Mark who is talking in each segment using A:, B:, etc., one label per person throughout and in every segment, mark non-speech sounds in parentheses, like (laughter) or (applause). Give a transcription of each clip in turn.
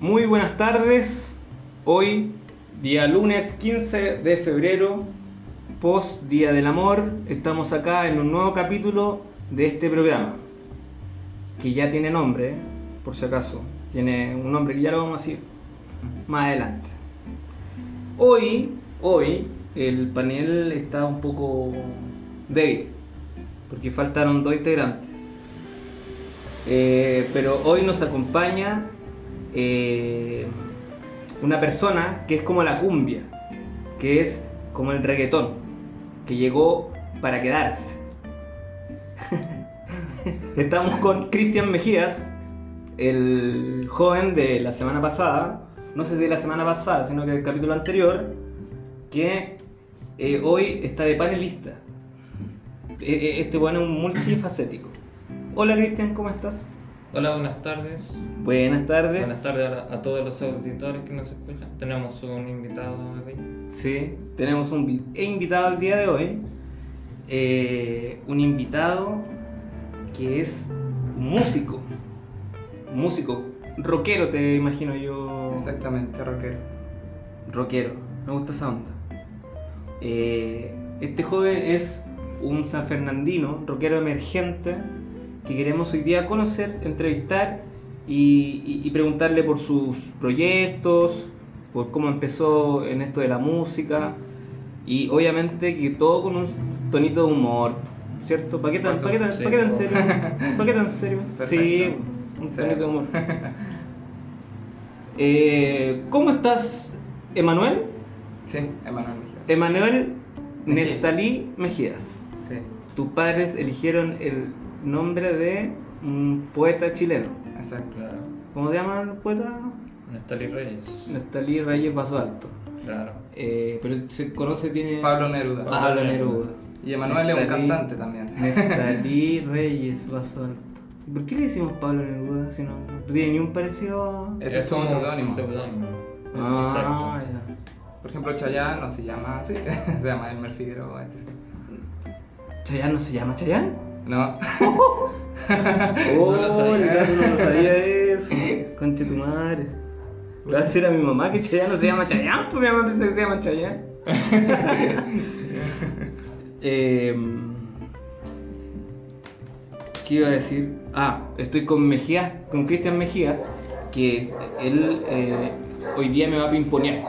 A: Muy buenas tardes. Hoy, día lunes 15 de febrero, post Día del Amor, estamos acá en un nuevo capítulo de este programa, que ya tiene nombre, ¿eh? por si acaso. Tiene un nombre que ya lo vamos a decir más adelante. Hoy, hoy, el panel está un poco débil, porque faltaron dos integrantes. Eh, pero hoy nos acompaña eh, una persona que es como la cumbia, que es como el reggaetón, que llegó para quedarse. (laughs) Estamos con Cristian Mejías, el joven de la semana pasada, no sé si de la semana pasada, sino que del capítulo anterior, que eh, hoy está de panelista. E- e- Este bueno es un multifacético. Hola Cristian, ¿cómo estás?
B: Hola, buenas tardes.
A: Buenas tardes.
B: Buenas tardes a, a todos los auditores que nos escuchan. Tenemos un invitado hoy.
A: Sí, tenemos un vi- e invitado el día de hoy. Eh, un invitado que es músico. Músico. Rockero, te imagino yo.
C: Exactamente, rockero.
A: Rockero. Me gusta esa onda. Eh, este joven es un sanfernandino, rockero emergente, que queremos hoy día conocer, entrevistar y, y- y preguntarle por sus proyectos, por cómo empezó en esto de la música y obviamente que todo con un tonito de humor, ¿cierto? ¿Para qué tan,
B: Por
A: pa' qué tan- pa'
B: supuesto,
A: qué tan
B: sí.
A: serio? ¿Para qué tan serio? Sí,
C: Perfecto.
A: un
C: Sí.
A: tonito de humor. (laughs) Eh, ¿Cómo estás, Emanuel?
C: Sí, Emanuel Mejías.
A: Emanuel
C: Mejías.
A: Nestalí Mejías.
C: sí,
A: Tus padres eligieron el nombre de un poeta chileno.
C: exacto.
B: Claro.
A: ¿Cómo se llama el poeta?
B: Natalie Reyes.
A: Nestalí Reyes Basualto.
B: Claro.
A: Eh, pero se conoce, tiene.
C: Pablo Neruda.
B: Pablo
A: Pablo
B: Neruda.
A: Neruda.
C: Y Emanuel es un
A: Nestalí-
C: cantante también. (laughs)
A: Nestalí Reyes Basualto. ¿Por qué le decimos Pablo Neruda si no, no tiene ni un parecido a-
C: Ese es un
B: como
C: seudónimo.
B: seudónimo.
A: Ah,
B: Exacto.
C: Por ejemplo, Chayanne no se llama así, (laughs) se llama Elmer Figueroa, etc.
A: ya. ¿Chayán no se llama Chayán?
C: No,
A: Oh,
B: lo sabía.
A: el gato no lo sabía (laughs) eso. Conche tu madre. Le voy a decir a mi mamá que Chayanne no se llama Chayanne, pues mi mamá pensó que se llama Chayanne. (laughs) Em, ¿Qué iba a decir? Ah, estoy con Mejías, con Cristian Mejías, que él eh, hoy día me va a pimponear.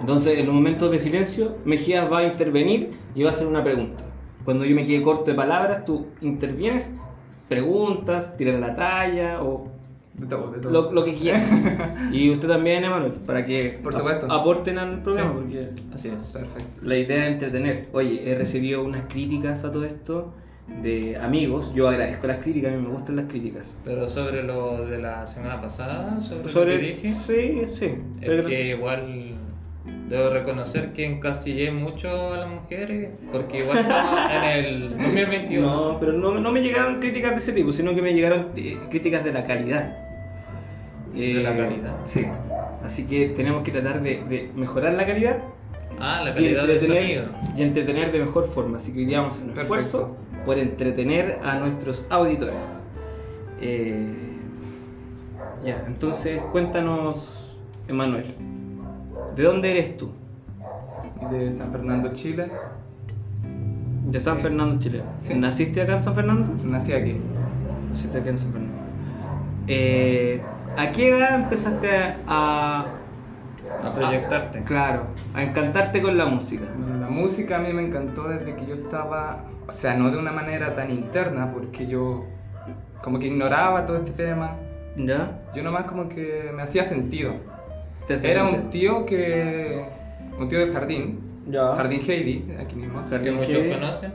A: Entonces, en los momentos de silencio, Mejías va a intervenir y va a hacer una pregunta. Cuando yo me quede corto de palabras, tú intervienes, preguntas, tiras la talla o
C: de todo, de todo.
A: lo, lo que
C: (laughs)
A: quieras. Y usted también, Emanuel, para que
C: Por supuesto.
A: ap- aporten al programa,
C: Sí.
A: porque
B: Así es.
C: Perfecto.
A: la idea es entretener. Oye, he recibido unas críticas a todo esto de amigos. Yo agradezco las críticas, a mí me gustan las críticas.
B: Pero sobre lo de la semana pasada, sobre, lo que dije,
A: Sí, sí.
B: es
A: pero-
B: que igual debo reconocer que encastillé mucho a las mujeres, porque igual estamos en el 2021.
A: No, pero no, no me llegaron críticas de ese tipo, sino que me llegaron eh, críticas de la calidad.
B: De la calidad.
A: eh, Sí. Así que tenemos que tratar de, de mejorar la calidad
B: Ah, la
A: y,
B: calidad del
A: entretener,
B: sonido.
A: y entretener de mejor forma. Así que hoy día vamos a hacer un
C: Perfecto.
A: esfuerzo por entretener a nuestros auditores. Eh, ya, entonces cuéntanos, Emanuel, ¿de dónde eres tú?
C: De San Fernando, Chile.
A: De San
C: Sí.
A: Fernando, Chile.
C: Sí.
A: ¿Naciste acá en San Fernando?
C: Nací aquí.
A: Sí, te quedan en San Fernando. Eh, ¿A qué edad empezaste a,
B: A proyectarte.
A: claro, a encantarte con la música?
C: Bueno, la música a mí me encantó desde que yo estaba, o sea, no de una manera tan interna, porque yo como que ignoraba todo este tema.
A: ¿Ya?
C: Yo nomás como que me hacía sentido.
A: ¿Te hacías
C: Era un
A: sentir?
C: tío que. Un tío del jardín.
A: Ya.
C: Jardín Heidi, aquí mismo.
B: que
A: Jardín.
B: muchos
A: ¿Qué?
B: conocen.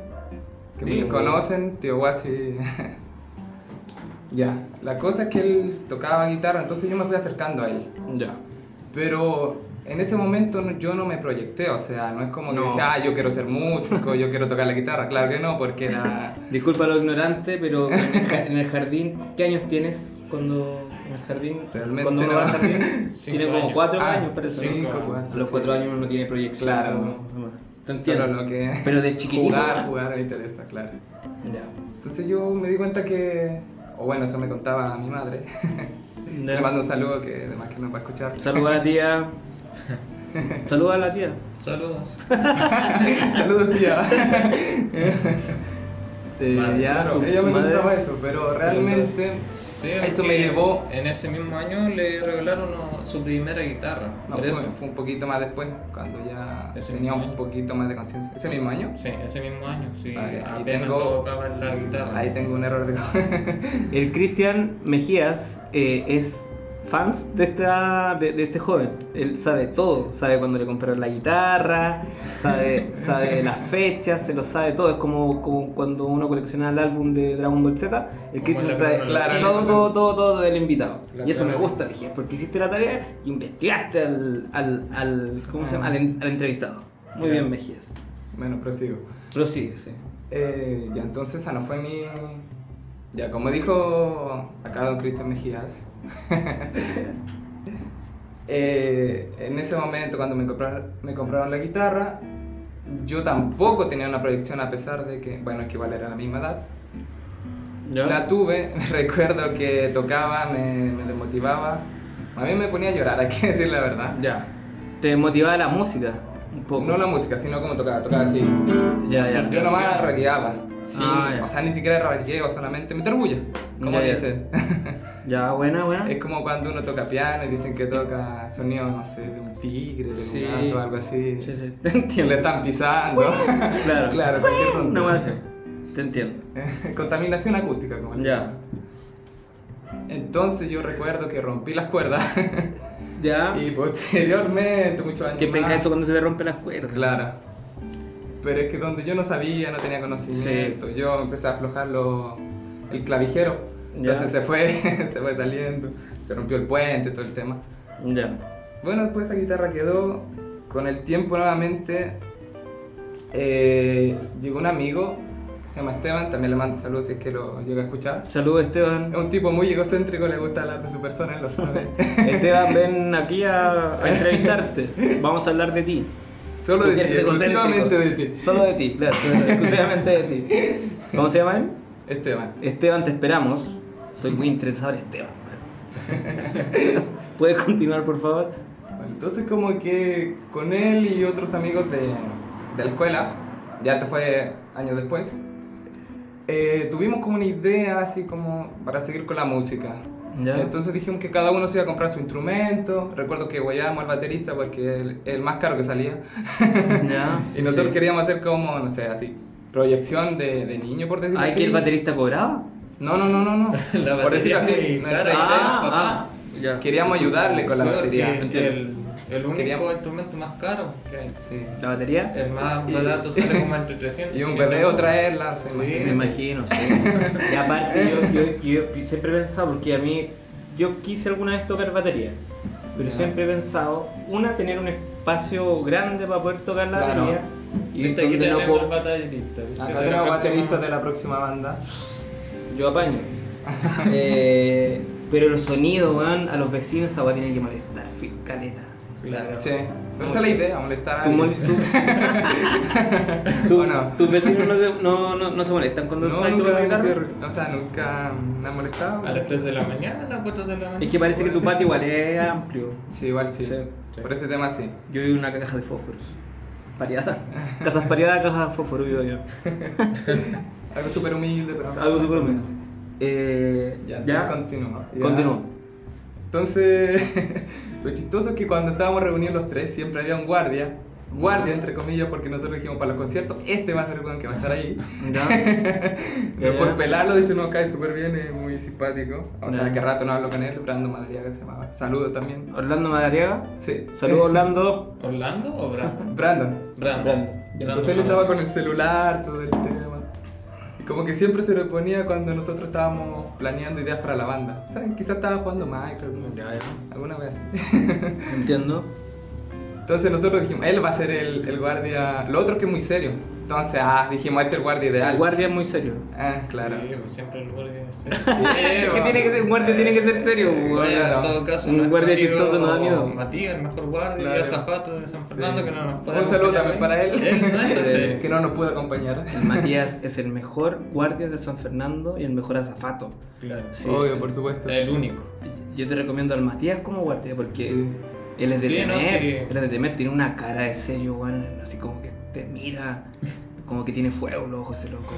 C: Que
A: Sí.
C: muchos conocen, tío Guasi. (laughs) ya. La cosa es que él tocaba guitarra, entonces yo me fui acercando a él.
A: Ya.
C: Pero en ese momento no- yo no me proyecté, o sea, no es como que
A: No.
C: dije, ah, yo quiero ser músico, yo quiero tocar la guitarra. Claro que no, porque
A: (laughs)
C: era.
A: Disculpa lo ignorante, pero en el, ja- en el jardín, ¿qué años tienes cuando en el jardín?
C: Realmente
A: cuando uno va al
C: no. (laughs)
A: jardín,
B: Cinco
A: tiene como
B: años.
A: cuatro
C: Ah,
A: años, parece. ¿no?
C: cinco,
B: ¿no?
C: cuatro,
A: A los
C: sí.
A: cuatro años uno tiene proyección.
C: Claro.
A: ¿no? Te entiendo.
C: Solo lo que.
A: Pero de chiquitito.
C: Jugar, jugar me interesa, claro.
A: Ya.
C: Entonces yo me di cuenta que, o bueno, eso me contaba mi madre, (laughs)
A: Ya.
C: Le mando un saludo que además que nos va a
A: (laughs)
C: escuchar.
A: Saluda a la tía.
C: (laughs)
A: Saluda a la tía.
B: Saludos.
C: Saludos, tía. (laughs) Eh,
B: Madre,
C: ya,
A: claro,
C: ella me
A: madre.
C: contaba eso, pero realmente
B: Sí,
C: (laughs) eso me
B: porque
C: llevó.
B: En ese mismo año le regalaron uh, su primera guitarra.
C: No,
B: por
C: fue,
B: eso.
C: fue un poquito más después, cuando ya
B: Ese
C: tenía
B: mismo
C: un
B: año.
C: poquito más de conciencia. ¿Ese mismo año?
B: Sí, ese mismo año, sí.
C: Ahí- ahí
B: apenas
C: tengo-
B: tocaba la guitarra.
C: Ahí tengo un error de. (laughs)
A: El Cristian Mejías eh, es fans de, esta, de, de este joven. Él sabe todo. Sabe cuando le compraron la guitarra,
B: (laughs)
A: sabe, sabe las fechas, se lo sabe todo. Es como, como cuando uno colecciona el álbum de Dragon Ball Z. El
B: Como
A: Cristian
B: la
A: sabe
B: cronología.
A: todo, todo, todo, todo del invitado.
B: La
A: y eso me
B: cronología.
A: gusta, Mejías, porque hiciste la tarea y investigaste al, al, al- ¿cómo se llama? al, en- al entrevistado. Muy
C: Claro.
A: bien, Mejías.
C: bueno, prosigo.
A: Prosigue, sí.
C: Eh, ya entonces esa no fue mi. Ya como dijo acá don Cristian Mejías. (laughs) eh, en ese momento cuando me compraron, me compraron la guitarra, yo tampoco tenía una proyección a pesar de que, bueno, es que igual era la misma edad. La tuve, (laughs) recuerdo que tocaba, me, me desmotivaba. A mí me ponía a llorar, (laughs) hay que decir la verdad.
A: Ya. Te motivaba la música un poco.
C: No la música, sino como tocaba, tocaba así.
A: Ya, ya.
C: Yo nomás ragueaba. sin-
A: Ah, ya.
C: o sea, ni siquiera ragueo, solamente me orgullo, como
A: Ya, ya.
C: dicen.
A: Ya, buena, buena.
C: es como cuando uno toca piano y dicen que toca sonidos, no sé, de un tigre, de
A: Sí.
C: un gato, algo así.
A: Sí, sí, te
C: (laughs) Que le
A: entiendo.
C: están pisando. (laughs)
A: Claro.
C: claro, cualquier
A: No
C: tontería.
A: más. Te entiendo.
C: Contaminación acústica, como le
A: Ya.
C: llaman. Entonces yo recuerdo que rompí las cuerdas (laughs)
A: Ya.
C: y posteriormente, muchos años
A: Que venga
C: más,
A: eso cuando se le rompen las cuerdas.
C: Claro. Pero es que donde yo no sabía, no tenía conocimiento, yo empecé a aflojar lo- el clavijero.
A: Ya.
C: Entonces se fue, (laughs) se fue saliendo, se rompió el puente, todo el tema.
A: Ya.
C: Bueno, después esa guitarra quedó. Con el tiempo nuevamente eh, llegó un amigo que se llama Esteban, también le mando saludos si es que lo llega a escuchar.
A: Saludos, Esteban.
C: Es un tipo muy egocéntrico, le gusta hablar de su persona, él
A: (laughs)
C: lo sabe.
A: Esteban, ven aquí a, a entrevistarte. Vamos a hablar de ti.
C: Solo
A: Tú
C: de
A: que
C: ti,
A: eres egocéntrico.
C: exclusivamente de ti.
A: Solo de ti, claro. Exclusivamente de ti. ¿Cómo se llama él?
C: Esteban.
A: Esteban, te esperamos. Estoy muy interesado en Esteban.
C: (laughs)
A: ¿Puedes continuar, por favor?
C: Bueno, Entonces como que con él y otros amigos de, de la escuela, ya te fue años después, eh, tuvimos como una idea así como para seguir con la música.
A: Ya.
C: Entonces dijimos que cada uno se iba a comprar su instrumento, recuerdo que guayábamos al baterista porque el, el más caro que salía,
A: Ya.
C: y nosotros
A: Sí.
C: queríamos hacer como, no sé, así, proyección de, de niño por decirlo
A: ¿Hay
C: así.
A: que el baterista cobraba?
C: No, no, no, no, no.
B: La
C: por
B: batería
C: decirlo así,
B: muy
C: nuestra
B: cara.
C: idea,
A: Ah, ah, ya.
C: queríamos ayudarle con la
B: Sí,
C: batería.
B: porque El, el único
C: Queríamos-
B: instrumento más caro que hay.
C: Sí.
A: ¿La batería?
C: Eh,
B: El más
C: Y-
B: barato sale como entre 300.
C: Y un bebé
B: bebé
C: o traerla, se
B: Sí.
C: imagina.
A: Me imagino, sí. Y aparte, yo, yo- yo siempre he pensado, porque a mí, yo quise alguna vez tocar batería, pero
C: Ya.
A: siempre he pensado, una, tener un espacio grande para poder tocar la
C: Claro.
A: batería, y
B: Y Este aquí
A: donde no
B: tenemos
A: puedo-
B: el baterista. ¿viste?
C: Acá
B: De
C: tenemos
B: la
C: baterista
B: próxima-
C: de la próxima banda.
A: yo apaño. (laughs) Eh, pero el sonido, weón, a los vecinos esa weá tiene que molestar, fi- caleta.
B: Claro.
C: Sí, pero esa es la idea, molestar a
A: Tú
C: (laughs)
A: mol-
C: alguien.
A: tú-
C: ¿O
A: tú-
C: no?
A: Tus vecinos no se, no, no, no se molestan cuando
C: No,
A: estás tocando
C: nunca,
A: guitarra.
C: nunca- o sea, nunca me han molestado.
B: A las 3 de la mañana, a las 4 de la mañana.
A: Es que parece que tu patio igual es amplio.
C: Sí, igual sí.
A: Sí,
B: sí.
C: Por ese tema sí.
A: Yo vivo en una caja de fósforos. Pareada. Casas pareadas, cajas de fósforos vivo yo.
C: Algo súper humilde, pero...
A: Algo súper menos. Eh,
C: Ya,
A: ya,
C: entonces continúa. Ya.
A: continúo.
C: Entonces, (laughs) lo chistoso es que cuando estábamos reunidos los tres siempre había un guardia. Guardia, entre comillas, porque nosotros dijimos para los conciertos, este va a ser el weón que va a estar ahí.
A: Ya.
C: No,
A: Ya, ya.
C: por pelarlo, de hecho, nos cae súper bien, es muy simpático. O sea,
A: Ya.
C: que rato no hablo con él, Brando Madriaga se llamaba. Saludo también.
A: (laughs) Orlando Madariaga.
C: Sí.
A: Saludos Orlando.
B: ¿Orlando o Brandon?
C: (laughs) Brandon.
B: Brandon.
A: Brandon.
C: Entonces él estaba con el celular, todo el tema. Y como que siempre se lo ponía cuando nosotros estábamos planeando ideas para la banda. ¿Saben? Quizás estaba jugando Minecraft, alguna-
A: Ya, ya.
C: alguna vez así. (laughs)
A: Entiendo.
C: Entonces nosotros dijimos, él va a ser el, el guardia. Lo otro que es muy serio. Entonces, ah, dijimos, este es el guardia ideal.
A: El guardia es muy serio.
C: Ah, claro. (laughs)
B: Sí, pues, siempre el guardia. (laughs) sí.
A: Es que tiene que ser, un guardia tiene que ser serio.
C: Eh,
A: weón.
B: Bueno, en
C: Claro.
B: todo caso,
A: Un
B: nuestro
A: guardia
B: amigo
A: chistoso no da miedo.
B: Matías, el mejor guardia,
C: Claro.
B: azafato de San Fernando,
C: Sí.
B: que no nos puede.
C: Un saludo
B: acompañar
C: también para
B: hoy.
C: él.
B: (laughs) Él no es tan serio.
C: que no nos pudo acompañar.
A: Matías es el mejor guardia de San Fernando y el mejor azafato.
B: Claro,
A: Sí. Eh,
C: Obvio, por supuesto.
B: El único.
A: Y- Yo te recomiendo al Matías como guardia porque
C: Sí.
A: él es de
B: Sí,
A: temer.
B: no, sí.
A: Él es de temer, tiene una cara de sello, weón. Así como que te mira, como que tiene fuego los ojos, ese loco.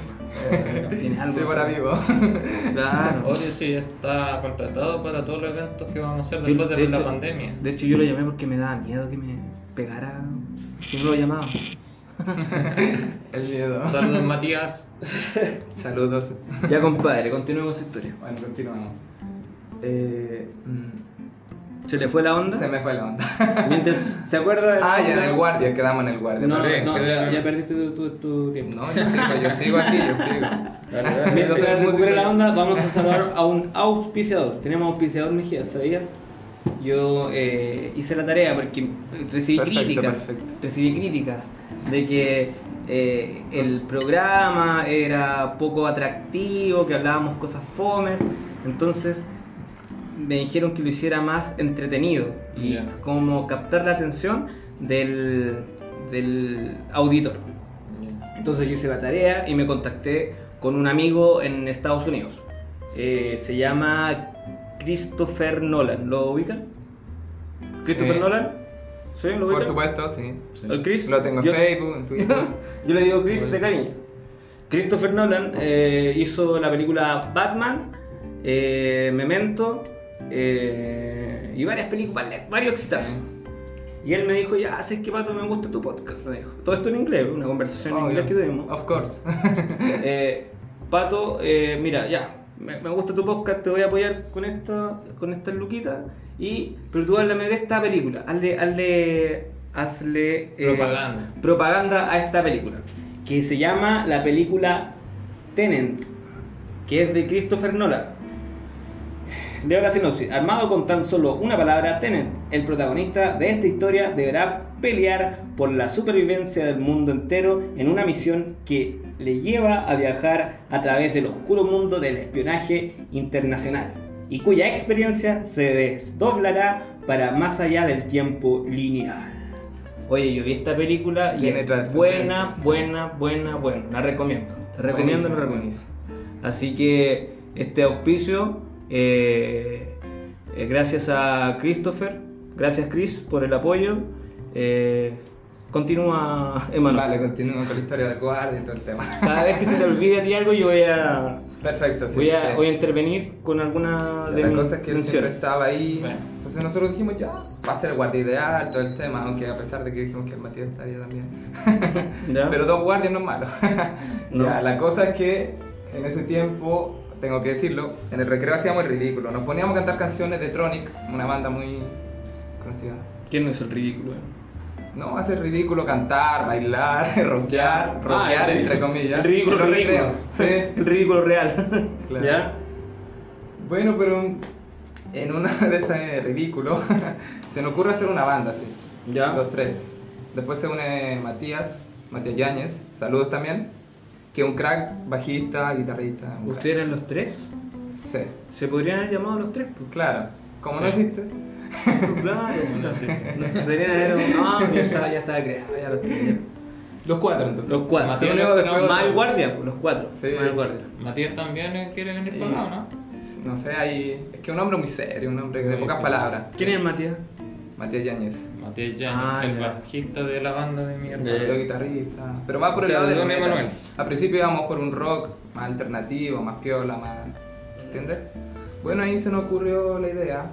A: tiene algo.
C: Estoy para vivo. (laughs)
A: Claro.
B: Odio sí ya está contratado para todos los eventos que vamos a hacer después de,
A: De
B: la
A: hecho-
B: pandemia.
A: De hecho, yo lo llamé porque me daba miedo que me pegara. Yo no lo llamaba.
C: El miedo.
B: Saludos Matías.
C: Saludos.
A: Ya, compadre, continuemos su historia.
C: Bueno, continuamos. Eh, mm,
A: ¿Se le fue la onda?
C: se me fue la onda.
A: Mientras, ¿Se acuerda? de la
C: Ah, ya en
A: onda?
C: el guardia, quedamos en el guardia.
A: No,
B: Sí,
A: no,
B: que-
A: ya, ya perdiste tu, tu- tu tiempo.
C: No, yo sigo, yo sigo aquí, yo sigo.
A: Mientras
C: Yo soy
A: se recupera
C: músico.
A: la onda, vamos a saludar a un auspiciador. Tenemos auspiciador Mejía, ¿sabías? Yo eh, hice la tarea porque recibí
C: Perfecto,
A: críticas.
C: perfecto.
A: Recibí críticas de que eh, el programa era poco atractivo, que hablábamos cosas fomes. Entonces me dijeron que lo hiciera más entretenido y
B: Ya.
A: como captar la atención del, del auditor. Entonces yo hice la tarea y me contacté con un amigo en Estados Unidos. Eh, se llama Christopher Nolan. ¿Lo ubican? ¿Christopher
C: Sí.
A: Nolan? ¿Sí? ¿Lo ubican?
C: Por supuesto, sí.
B: Sí.
A: ¿El Chris?
C: Lo tengo en
A: Yo-
C: Facebook, en Twitter.
A: (laughs) Yo le digo Chris de cariño. Christopher Nolan eh, hizo la película Batman, eh, Memento eh, y varias películas, varios exitazos. Y él me dijo, ya, sé que Pato, me gusta tu podcast, me dijo. Todo esto en inglés, una conversación en
C: Obvio.
A: inglés que tuvimos.
C: Of course.
A: (laughs) Eh, Pato, eh, mira, ya, me, me gusta tu podcast, te voy a apoyar con esta, con esta luquita, y, pero tú háblame de esta película, hazle, hazle, hazle eh,
B: Propaganda.
A: propaganda a esta película, que se llama la película Tenant, que es de Christopher Nolan. Leo la sinopsis. Armado con tan solo una palabra, Tenet, el protagonista de esta historia, deberá pelear por la supervivencia del mundo entero en una misión que le lleva a viajar a través del oscuro mundo del espionaje internacional y cuya experiencia se desdoblará para más allá del tiempo lineal. Oye, yo vi esta película y
C: Tiene
A: es
C: trascendencia,
A: buena,
C: sí.
A: buena, buena, buena. La recomiendo. La recomiendo, la
C: Buenísimo,
A: recomiendo.
C: buenísimo.
A: Así que este auspicio, eh, eh, gracias a Christopher, gracias Chris por el apoyo. Eh, continúa, (laughs) Emanuel.
C: Vale, continúo con la historia del guardia y todo el tema. (laughs)
A: Cada vez que se te olvide a ti algo, yo voy a,
C: Perfecto, sí.
A: voy a,
C: sí.
A: voy a intervenir con alguna de
C: la
A: mis
C: cosa es que él siempre
A: menciones.
C: estaba ahí.
B: Bueno.
C: Entonces nosotros dijimos ya, va a ser el guardia ideal, todo el tema, aunque a pesar de que dijimos que el Matías estaría también.
A: ¿Ya?
C: Pero dos guardias no
A: (laughs)
C: es malo.
A: No.
C: Ya, la cosa es que en ese tiempo, tengo que decirlo, en el recreo hacíamos el ridículo. Nos poníamos a cantar canciones de Tronic, una banda muy conocida.
A: ¿Quién no hizo el ridículo? eh?
C: No, hace ridículo cantar, bailar, (laughs) rockear, rockear
A: Ah, el-
C: entre comillas.
A: El ridículo,
C: En los
A: ridículo.
C: recreos, Sí.
A: (laughs) El ridículo real. (laughs)
C: Claro.
A: ¿Ya?
C: Bueno, pero en una (laughs) de esas eh, ridículo, (laughs) se nos ocurre hacer una banda así.
A: Ya.
C: Los tres. Después se une Matías, Matías Yáñez, saludos también, que es un crack, bajista, guitarrista. un crack.
A: ¿Ustedes eran los tres?
C: Sí,
A: ¿Se podrían haber llamado los tres? pues?
C: claro. Como no
B: Sí.
C: existe,
A: Claro, no sé. No deberían haber un- No, ya estaba, ya estaba creado, ya lo tenía.
C: los cuatro entonces.
A: Los cuatro.
B: Mateo,
A: Sí,
C: luego
A: no,
C: después-
A: más el guardia, pues, los cuatro.
C: Sí.
A: Más el guardia.
B: Matías también eh, quiere venir
C: Y-
B: para acá, ¿no?
C: No sé, ahí. Es que un hombre muy serio, un hombre de
B: Muy
C: pocas
B: serio.
C: palabras.
A: ¿Quién es Matías?
C: Matías Yáñez.
B: Matías Jan,
A: Ah,
B: el
A: ya.
B: bajista de la banda de mi hermano.
C: Salió guitarrista. Pero más por
B: O
C: el
B: sea,
C: lado
B: de
C: del
B: Don
C: metal.
B: Emanuel.
C: Al principio íbamos por un rock más alternativo, más piola, más. ¿Se entiende? Bueno, ahí se nos ocurrió la idea.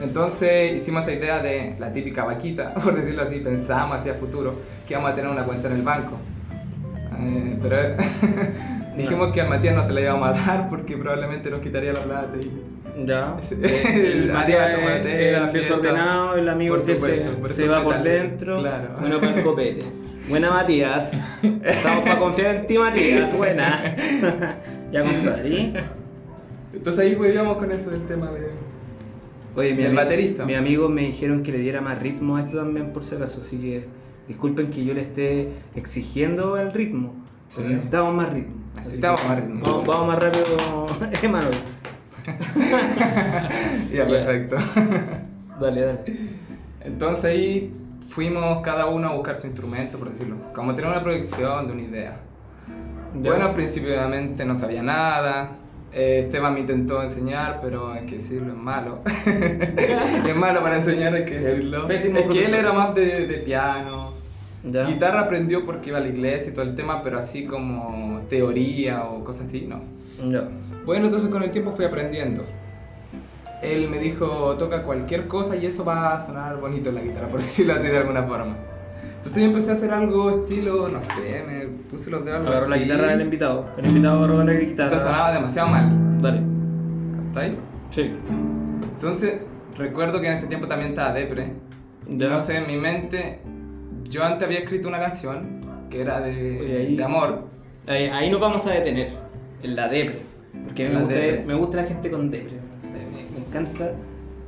C: Entonces hicimos esa idea de la típica vaquita, (laughs) por decirlo así, pensábamos hacia futuro que íbamos a tener una cuenta en el banco. Eh, pero (laughs) dijimos que a Matías no se la íbamos a dar porque probablemente nos quitaría la plata. y-
A: Ya.
C: Sí.
A: (laughs) El
C: Ah,
A: Matías
C: ya,
A: es
C: tomate, la
A: el
C: fiesta.
A: desordenado, el amigo
C: Por
A: que
C: supuesto, por
A: se,
C: eso
A: se
C: es
A: va por
C: metal.
A: dentro.
C: Claro.
A: Bueno, para (laughs) el copete. Buena Matías. Estamos para confiar en ti, Matías. (laughs) Buena. ya compadre.
C: Entonces ahí pues íbamos con eso del tema de.
A: Oye, mi,
C: Del
A: ami-
C: baterista.
A: mi amigo me dijeron que le diera más ritmo a esto también por si acaso, así que disculpen que yo le esté exigiendo el ritmo, pero
C: Sí.
A: necesitamos más ritmo. Así
C: Necesitamos
A: que
C: más ritmo.
A: Vamos, vamos más rápido, (laughs) Emanuel.
C: Ya,
A: Ya.
C: perfecto.
A: Dale, dale.
C: Entonces ahí fuimos cada uno a buscar su instrumento, por decirlo. Como tener una proyección de una idea.
A: Ya.
C: Bueno, principalmente no sabía nada. Eh, Esteban me intentó enseñar, pero hay que decirlo, es malo. (laughs) es malo para enseñar, hay que decirlo.
A: Pésimo
C: es que él
A: profesor.
C: era más de, de piano.
A: Ya.
C: Guitarra aprendió porque iba a la iglesia y todo el tema, pero así como teoría o cosas así, no.
A: Ya.
C: Bueno, entonces con el tiempo fui aprendiendo. Él me dijo, toca cualquier cosa y eso va a sonar bonito en la guitarra, (laughs) por decirlo así de alguna forma. Entonces yo empecé a hacer algo estilo, no sé, me puse los dedos algo
A: Agarró la
C: así.
A: guitarra del invitado. El invitado agarró la guitarra.
C: Entonces sonaba demasiado mal,
A: Dale.
C: ¿captáis?
A: Sí.
C: Entonces recuerdo que en ese tiempo también estaba depre.
A: Ya.
C: No sé, en mi mente, yo antes había escrito una canción que era de,
A: Oye, ahí-
C: de amor.
A: Ahí, ahí nos vamos a detener. En la depre. Porque a mí
C: La
A: me gusta,
C: depre.
A: me gusta la gente con depre. Me, me encanta.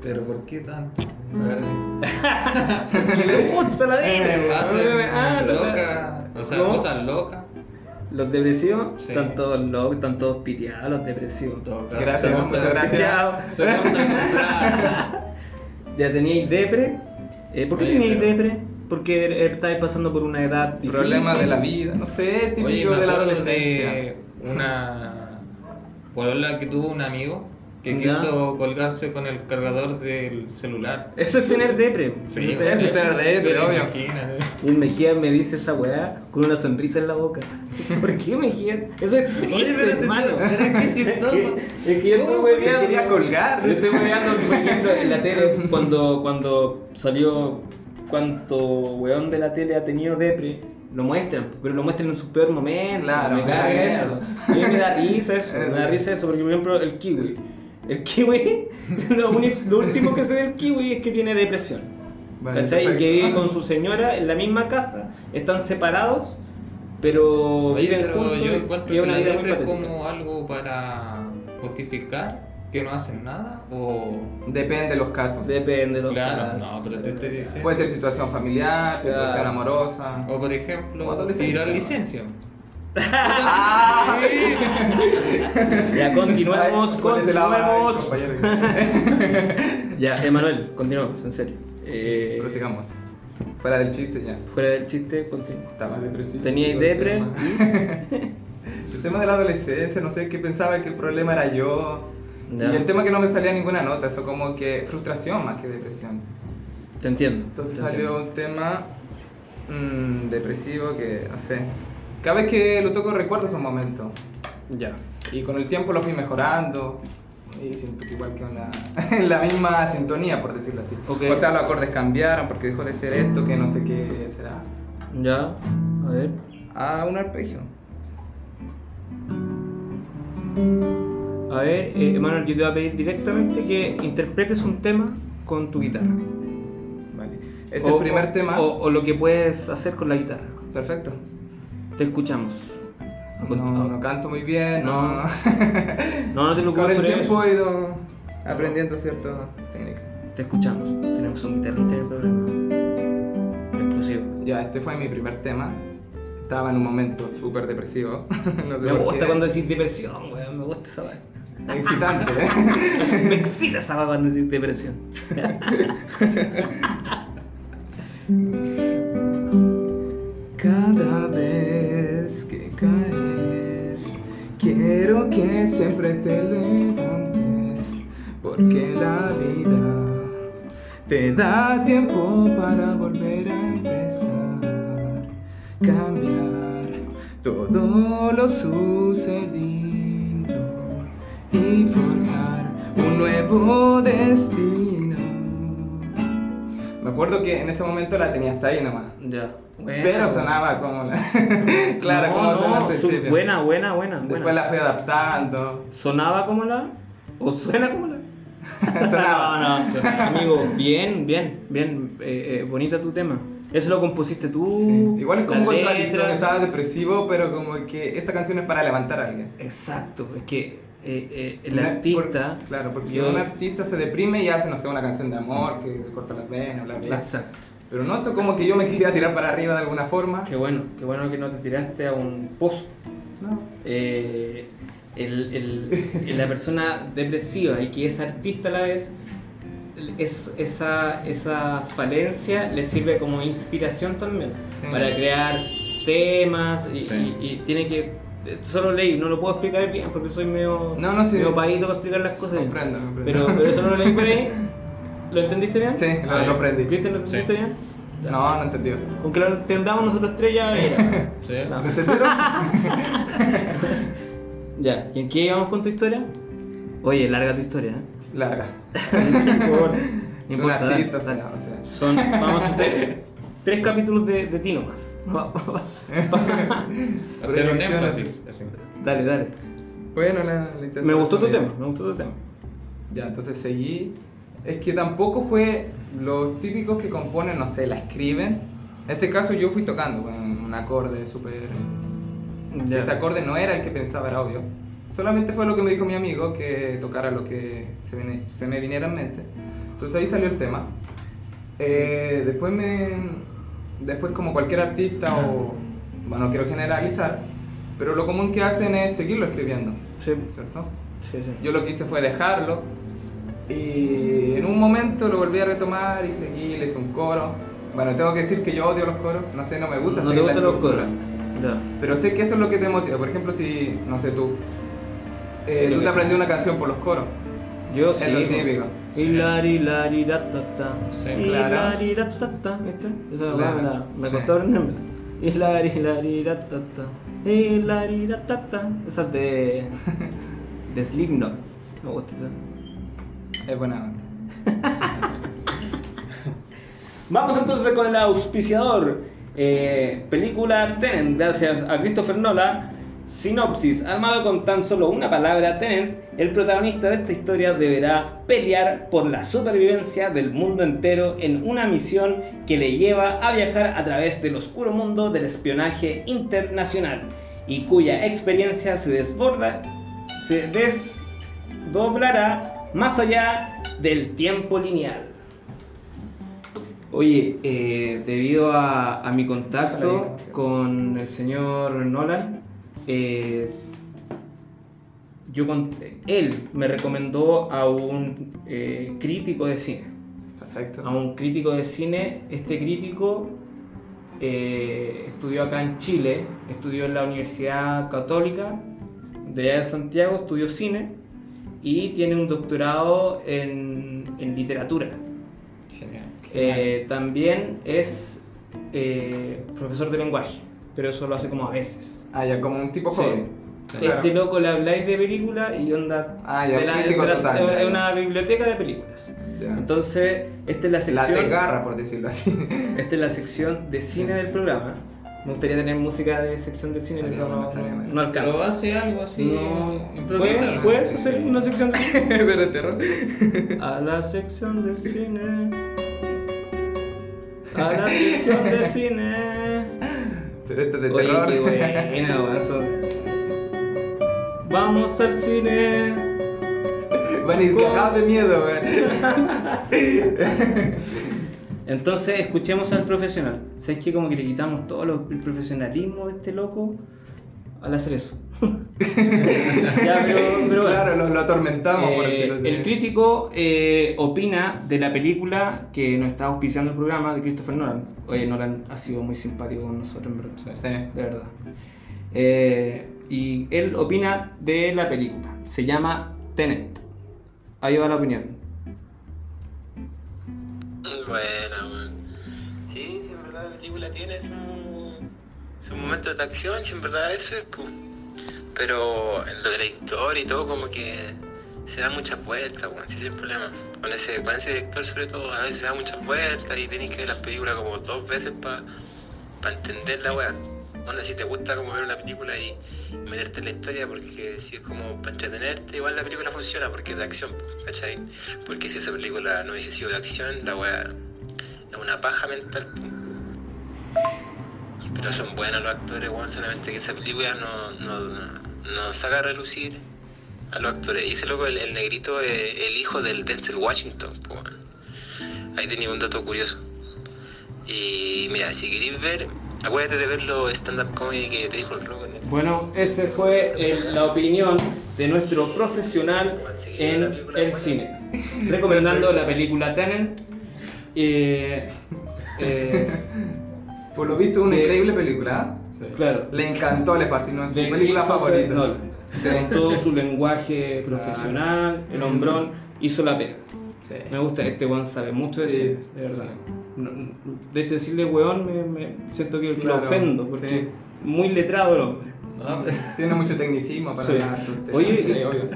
B: Pero ¿por qué tanto? A ver,
A: me gusta la
C: Eh,
A: depre.
B: hace
A: Ah, lo-
B: loca, o sea,
A: ¿Cómo?
B: cosas locas.
A: Los depresivos
B: Sí.
A: están todos locos, están todos piteados los depresivos.
B: En todo caso,
C: Gracias,
B: se
C: muchas
B: nota-
C: gracias.
A: Chao.
B: Se nota en el
A: (laughs)
B: traje.
A: Ya teníais depre. Eh, ¿Por qué
B: Oye,
A: teníais
B: pero-
A: depre? Porque eh, estáis pasando por una edad difícil.
C: Problemas de la vida, no sé, típico
B: Oye, me
C: de la
B: acuerdo
C: adolescencia.
B: de una polola que tuvo un amigo que
A: Ya.
B: quiso colgarse con el cargador del celular.
A: Eso es tener depre.
B: Sí,
C: Eso es tener depre,
B: pero
C: obvio. (laughs)
B: imagínate.
A: Y el Mejía me dice esa weá con una sonrisa en la boca. (laughs) ¿Por qué Mejía? Eso es triste,
B: Oye, pero este
A: hermano.
B: tío, pero
A: (laughs)
B: qué chistoso.
A: Es que yo estoy
B: ¿Cómo
C: se
A: hueveando.
C: quería colgar? este
A: Yo (laughs) estoy hueveando, por ejemplo, en la tele, cuando, cuando salió cuánto weón de la tele ha tenido depre, lo muestran, pero lo muestran en sus peor momentos.
C: Claro,
A: me caga
C: me da
A: eso.
C: miedo.
A: A mí me da risa eso, me
C: Eso. (laughs)
A: da risa eso, porque por ejemplo el kiwi. El kiwi, (laughs) lo, uni- lo último que sé del kiwi es que tiene depresión.
C: Vale,
A: ¿Cachai? Y
C: perfecto. Ah,
A: que vive con su señora en la misma casa, están separados, pero
B: Oye,
A: viven
B: pero
A: juntos
B: yo
A: y
B: encuentro
A: es
B: que
A: una
B: la
A: vida muy
B: depre es
A: patética.
B: como algo para justificar que no hacen nada o...
C: Depende de los casos.
A: Depende de los
B: Claro,
A: casos.
B: no, pero te estoy diciendo...
C: Puede ser situación familiar, situación
A: Claro.
C: amorosa. (laughs)
B: O por
C: O
B: ejemplo,
C: adolescencia.
B: tirar licencia.
C: ¡Ah!
A: Ya (laughs) continuemos,
C: Ay, por ese lado, ay,
A: continuemos.
C: compañero.
A: Ya, Emanuel, continuamos, en serio. Eh,
C: Prosigamos. Fuera del chiste ya.
A: fuera del chiste, continuamos.
C: Estaba depresivo.
A: Teníais
C: todo el
A: depre.
C: tema. El tema de la adolescencia, no sé, que pensaba que el problema era yo.
A: Ya.
C: Y el tema que no me salía ninguna nota, eso como que frustración más que depresión.
A: Te entiendo.
C: Entonces
A: te
C: salió un tema mm, depresivo que, no sé. Cada vez que lo toco recuerdo esos momentos.
A: entiendo.
C: Y con el tiempo lo fui mejorando. Y siento que igual que en la, (laughs) en la misma sintonía, por decirlo así.
A: Ok.
C: O sea, los acordes cambiaron porque dejó de ser esto, que no sé qué será.
A: Ya, ya. A ver.
C: A un arpegio.
A: A ver, eh, Emanuel, yo te voy a pedir directamente que interpretes un tema con tu guitarra.
C: Vale. Este es el
A: O-
C: primer
A: o-
C: tema.
A: O, o lo que puedes hacer con la guitarra.
C: Perfecto.
A: Te escuchamos.
C: No, no canto muy bien.
A: No.
C: No,
A: (laughs) No, no te preocupes
C: Con el
A: por eso.
C: tiempo he ido aprendiendo ciertas técnicas.
A: Te escuchamos. Tenemos un guitarrista en el programa. Exclusivo.
C: Ya, este fue mi primer tema. Estaba en un momento súper depresivo. (laughs) no sé
A: Me
C: por
A: gusta
C: qué.
A: cuando decís depresión, weón. Me gusta esa weá.
C: Excitante,
A: (laughs)
C: ¿eh?
A: Me excita esa weá cuando decís depresión.
C: Cada vez que caes, quiero que siempre te levantes, porque la vida te da tiempo para volver a empezar, cambiar todo lo sucedido y forjar un nuevo destino. Me acuerdo que en ese momento la tenía hasta ahí nomás.
A: Ya. Buena,
C: Pero
A: weón.
C: sonaba como la... (laughs) claro,
A: No,
C: como sonaba al
A: no, su-
C: principio.
A: Buena, buena, buena.
C: Después
A: buena.
C: la fui adaptando.
A: ¿Sonaba como la? ¿O suena como la?
C: (laughs) sonaba.
A: No, no, amigo, bien, bien, bien, eh, eh, bonita tu tema. Eso lo compusiste tú.
C: Sí. Igual es como un
A: Uh, las
C: contradictorio,
A: letras.
C: estaba depresivo, pero como que esta canción es para levantar a alguien.
A: Exacto, es que eh, eh, el
C: Una-
A: artista.
C: por- claro, porque
A: yo-
C: un artista se deprime y hace, no sé, una canción de amor que se corta las venas, bla, bla.
A: Exacto.
C: Pero noto como que yo me quería tirar para arriba de alguna forma.
A: Qué bueno, qué bueno que no te tiraste a un pozo.
C: No.
A: Eh, el- el- el- la persona depresiva y que es artista a la vez, es, esa, esa falencia le sirve como inspiración también
C: Sí.
A: para crear temas y,
B: Sí.
A: y- y tiene que eh, solo leí, no lo puedo explicar bien porque soy medio,
C: No, no, sí.
A: medio paíto para explicar las cosas. bien.
C: Comprendo, comprendo.
A: Pero, pero eso no lo leí por ahí. ¿Lo entendiste bien?
C: Sí, lo- lo aprendí.
A: ¿Cristian lo entendiste
B: Sí.
A: bien?
C: No, no entendió.
A: Con que lo entendamos nosotros tres ya
C: (laughs)
A: era.
B: Sí.
A: No.
C: ¿Lo entendieron?
A: (laughs) Ya, ¿y en qué íbamos con tu historia? Oye, larga tu historia, ¿eh? (laughs)
C: Larga.
A: Por favor.
C: Es un
A: Importa, dale,
C: artista, o
A: dale.
C: sea, o sea.
A: Son, vamos a hacer tres capítulos de, de ti nomás. Va- va- va.
B: Hacer un
C: Proyecciones.
B: énfasis. así.
A: (laughs) dale, dale.
C: Bueno, la, la intento
A: Me gustó tu
C: resumir.
A: tema, me gustó tu tema.
C: Ya, entonces seguí. Es que tampoco fue los típicos que componen, no sé, la escriben. En este caso yo fui tocando con un acorde súper...
A: Ya.
C: Ese acorde no era el que pensaba, era obvio. Solamente fue lo que me dijo mi amigo que tocara lo que se, vine- se me viniera en mente. Entonces ahí salió el tema. Eh, después me... Después como cualquier artista o... Bueno, no quiero generalizar, pero lo común que hacen es seguirlo escribiendo,
A: Sí,
C: ¿cierto?
A: sí, sí.
C: Yo lo que hice fue dejarlo y en un momento lo volví a retomar y seguí, le hice un coro. Bueno, tengo que decir que yo odio los coros, no sé, no me gusta
A: no te
C: seguir
A: gustan
C: la
A: los
C: estructura.
A: coros. Ya.
C: Pero sé que eso es lo que te motiva. Por ejemplo, si, no sé, tú, eh,
B: Lo
C: tú
B: que-
C: te aprendí una canción por los coros.
A: Yo
C: Es
A: sí.
C: lo
A: po.
C: típico.
A: Y la ri la ri ra, ta, ta.
B: Sí,
A: Y
C: claro.
A: la ri ra, ta, ta. ¿Viste? Esa
C: Claro.
A: weá me la- me
C: Sí.
A: costó aprendérmela. Y la ri la ri ra, ta, ta. Y la ri ra, ta, ta. Esa es
C: (laughs)
A: de. de Slipknot. Me gusta esa.
C: Es buena onda.
A: Vamos entonces con el auspiciador. Eh, película Tenet, gracias a Christopher Nolan. Sinopsis, armado con tan solo una palabra, Tenet, el protagonista de esta historia deberá pelear por la supervivencia del mundo entero en una misión que le lleva a viajar a través del oscuro mundo del espionaje internacional y cuya experiencia se desborda, se desdoblará más allá del tiempo lineal. Oye, eh, debido a, a mi contacto con el señor Nolan, eh, yo con- él me recomendó a un eh, crítico de cine. A
C: Perfecto.
A: un crítico de cine, este crítico eh, estudió acá en Chile, estudió en la Universidad Católica de allá de Santiago, estudió cine y tiene un doctorado en- en literatura.
B: Genial.
A: Eh, también es eh, profesor de lenguaje, pero eso lo hace como a veces.
C: Ah, ya, como un tipo
A: Sí.
C: joven. Claro.
A: Este loco le habláis de película y onda.
C: Ah, ya,
A: de la-
C: crítico
A: de la-
C: total, ya,
A: Es
C: ya.
A: una biblioteca de películas.
C: Ya.
A: Entonces, esta es la
C: La
A: sección.
C: desgarra, por decirlo así. (laughs)
A: Esta es la sección de cine del programa. Me gustaría tener música de sección de cine,
C: Estaría
A: pero no,
C: bueno, estaría bueno.
A: no
B: Pero
A: alcanza.
B: hace algo así.
A: No.
B: improvisar.
A: ¿Puedes, puedes hacer una sección de (laughs) cine?
C: Pero de terror.
A: A la sección de cine. A la sección de cine.
C: Pero esto es de
A: Oye,
C: terror.
A: qué buena, weón, son- Vamos al cine.
C: (laughs) Van a ir cagados de miedo, weón.
A: Entonces, escuchemos al profesional. ¿Sabes qué? Como que le quitamos todo lo- el profesionalismo de este loco al hacer eso. (laughs) Ya, pero, pero bueno.
C: Claro, lo, lo atormentamos, por
A: Eh,
C: decirlo así.
A: el crítico eh, opina de la película que nos está auspiciando el programa de Christopher Nolan. Oye, Nolan ha sido muy simpático con nosotros, en verdad.
C: Sí.
A: De verdad. Eh, y él opina de la película. Se llama Tenet. Ahí va la opinión.
D: Muy buena, weón. Sí, si en verdad la película tiene su, su momento de acción, si en verdad eso es, pues. Pero en lo de la historia y todo, como que se da muchas vueltas, weón, ese es el problema. Con ese, con ese director, sobre todo, a veces se da muchas vueltas y tenés que ver las películas como dos veces para entender la weá. Onda, si te gusta como ver una película y meterte en la historia, porque si es como para entretenerte, igual la película funciona porque es de acción, po, ¿cachai? Porque si esa película no hubiese sido de acción, la weá es una paja mental. po. Pero son buenos los actores, weón, solamente que esa película no, no, no saca a relucir a los actores. Y ese loco, el, el negrito, es el hijo del Denzel Washington, po, weón. Ahí tenía un dato curioso. Y mira, si queréis ver, acuérdate de ver los stand-up comedy que te dijo el loco en el
A: Bueno, esa fue el- la opinión de nuestro profesional en el cine. Recomendando la película Tenet. Eh, eh,
C: Por lo visto, una (laughs)
A: Eh,
C: increíble película. ¿eh? Sí.
A: Claro.
C: Le encantó, le fascinó, es su
A: de
C: película
A: Christopher
C: favorita.
A: Nolan.
C: Sí.
A: Con todo su lenguaje profesional, el hombrón, hizo la pega. (laughs)
C: Sí.
A: Me gusta, este weón sabe mucho de
C: Sí,
A: cine, de verdad. No- no- De hecho, decirle weón me, me siento que lo
C: Claro.
A: ofendo, porque
C: Sí.
A: es muy letrado el hombre.
B: No, (laughs)
C: Tiene mucho tecnicismo para
A: Sí.
C: hablar. usted.
A: Oye, eh,
C: Sí,
A: y-
C: obvio.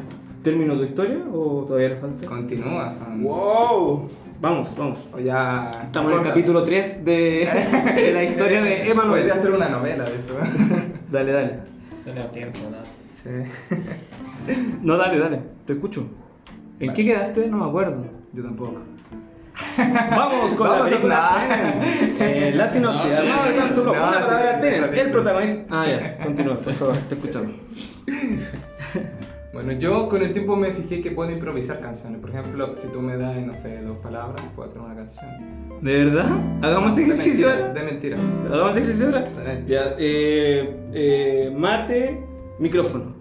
A: ¿Terminó tu historia o todavía le falta?
C: Continúa, son...
A: ¡Wow! Vamos, vamos.
C: O ya...
A: Estamos en el
C: corta.
A: capítulo 3 de,
C: (laughs)
A: de la historia de Emanuel.
C: Podría hacer una novela de esto. (laughs)
A: Dale, dale.
B: tenemos tiempo, ¿no?
C: sí.
A: (laughs) No, dale, dale. Te escucho. ¿En qué quedaste? No me acuerdo.
C: Yo tampoco.
A: Vamos con la
C: Vamos a-
A: película.
C: Nah.
A: (laughs) Tenet. Eh, la sinopsis.
B: No, sí.
A: Armado de Gran Solo.
C: No,
A: Una
C: sí,
A: palabra
C: sí,
A: Tenet,
C: sí.
A: El protagonista. Ah, ya. Continúa, por favor. Te escuchamos.
C: Bueno, yo con el tiempo me fijé que puedo improvisar canciones. Por ejemplo, si tú me das, no sé, dos palabras, puedo hacer una canción.
A: ¿De verdad? Hagamos ese
C: De
A: ejercicio
C: mentira,
A: ahora.
C: De mentira.
A: Hagamos ese ejercicio ahora.
C: Tenet.
A: Ya. Eh, eh, mate, micrófono.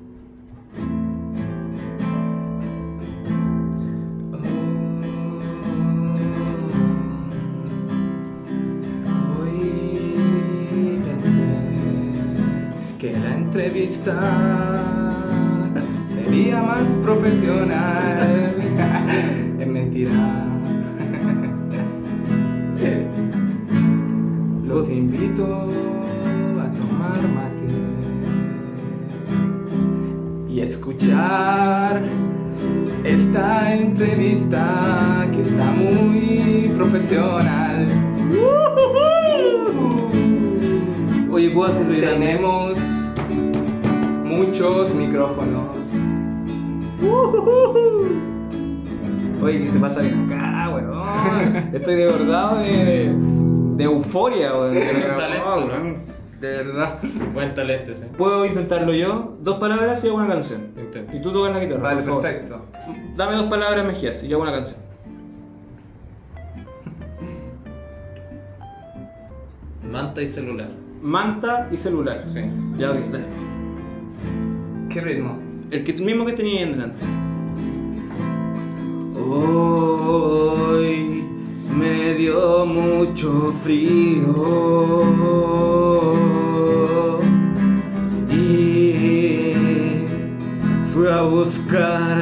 C: Hoy pensé que la entrevista sería más profesional. (laughs) es mentira. Los invito a tomar mate y escuchar esta entrevista que está muy profesional.
A: Oye, ¿puedo hacerlo yo también?
C: pues, Tenemos muchos micrófonos.
A: Oye, que se pasa bien acá, weón. Estoy de verdad de, de euforia, weón. De,
B: Es un
A: verdad,
B: talento, ¿no?
A: weón. De verdad.
B: Buen talento ese.
A: ¿Puedo intentarlo yo? Dos palabras y hago una canción.
B: Intenta.
A: Y tú tocas la guitarra.
C: Vale,
A: por favor.
C: perfecto.
A: Dame dos palabras, Mejías, y yo hago una canción.
B: Manta y celular.
A: Manta y celular.
B: Sí.
A: Ya, ok, dale.
C: ¿Qué ritmo?
A: El que, mismo que tenía en delante. Hoy me dio mucho frío y fui a buscar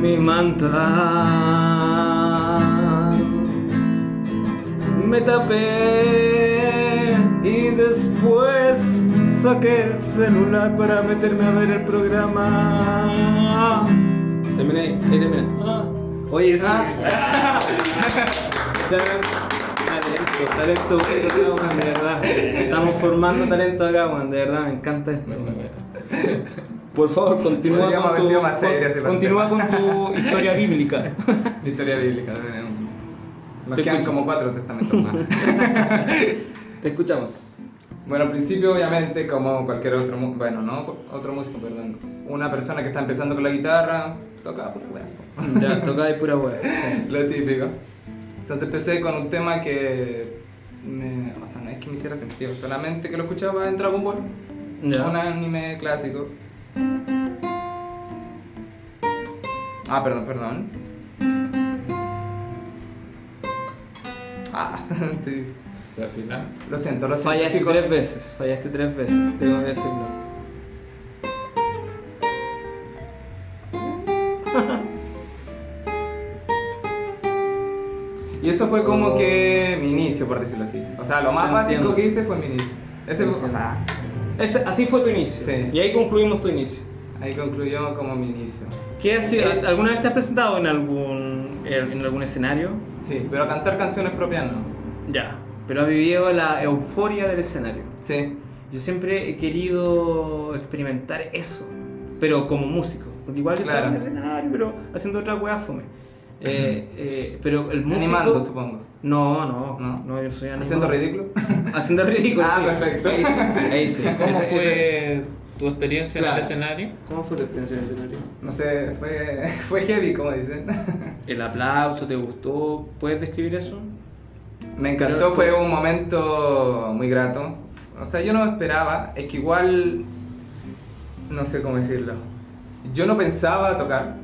A: mi manta. Me tapé y después saqué el celular para meterme a ver el programa. Terminé ahí, ahí terminé. Oye, sí.
C: Ah.
A: (laughs) Talento, talento, bueno, weón, de verdad. Estamos formando talento acá, weón, de verdad, me encanta esto. weón. Por favor, continúa con
C: Podríamos haber
A: tu,
C: sido más serios
A: con-
C: en los
A: continúa con
C: temas. (laughs)
A: tu historia bíblica.
C: Mi Historia bíblica. tenemos. Nos
A: Te
C: quedan
A: escucho.
C: como cuatro testamentos más.
A: Te escuchamos.
C: bueno, al principio, obviamente, como cualquier otro, mu- bueno, no, otro músico, perdón. Una persona que está empezando con la guitarra, toca por
A: Ya, tocáis pura weá.
C: (laughs) Lo típico. Entonces empecé con un tema que. me- o sea, no es que me hiciera sentido, solamente que lo escuchaba en Dragon Ball.
A: Ya.
C: Un anime clásico. Ah, perdón, perdón. Ah, (laughs) sí.
B: Al final.
C: Lo siento, lo siento.
A: Fallaste
C: chicos.
A: tres veces, fallaste tres veces, tengo que decirlo.
C: Y eso fue como
A: Oh.
C: que mi inicio, por decirlo así. O sea, lo más
A: Entiendo.
C: básico que hice fue mi inicio. Ese, o sea,
A: Ese- así fue tu inicio.
C: Sí.
A: Y ahí concluimos tu inicio.
C: ahí concluyó como mi inicio.
A: ¿Qué ha sido-
C: Eh.
A: ¿Alguna vez te has presentado en algún, en en algún escenario?
C: Sí, pero cantar canciones propias no.
A: Ya. Pero has vivido la euforia del escenario.
C: Sí,
A: Yo siempre he querido experimentar eso, pero como músico. Porque igual yo estaba en el
C: Claro.
A: escenario, pero haciendo otra weá fome.
C: (laughs)
A: Eh, eh, pero el músico.
C: animando supongo.
A: No, no, no,
C: No.
A: yo soy animado.
C: Haciendo ridículo.
A: Haciendo el ridículo.
C: (laughs) Ah,
A: (laughs) sí.
C: perfecto. Eh,
A: Ahí sí. Ahí sí.
C: (laughs)
B: ¿Cómo
A: Ese- ese-
B: fue tu experiencia en
A: Claro.
B: el escenario?
A: ¿Cómo fue tu experiencia en el escenario?
C: No sé, fue, fue heavy, como dicen.
A: ¿El aplauso te gustó? ¿Puedes describir eso?
C: Me encantó, fue un momento muy grato. O sea, yo no esperaba, es que igual, no sé cómo decirlo. Yo no pensaba tocar,